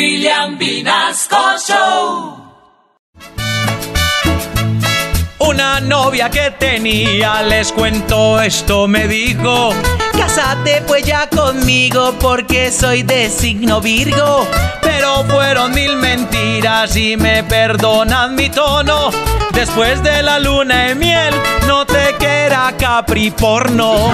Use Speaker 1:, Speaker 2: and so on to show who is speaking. Speaker 1: William Vinasco Show.
Speaker 2: Una novia que tenía, les cuento esto, me dijo.
Speaker 3: Cásate pues ya conmigo porque soy de signo Virgo.
Speaker 2: Pero fueron mil mentiras y me perdonan mi tono. Después de la luna de miel, no te queda capriporno.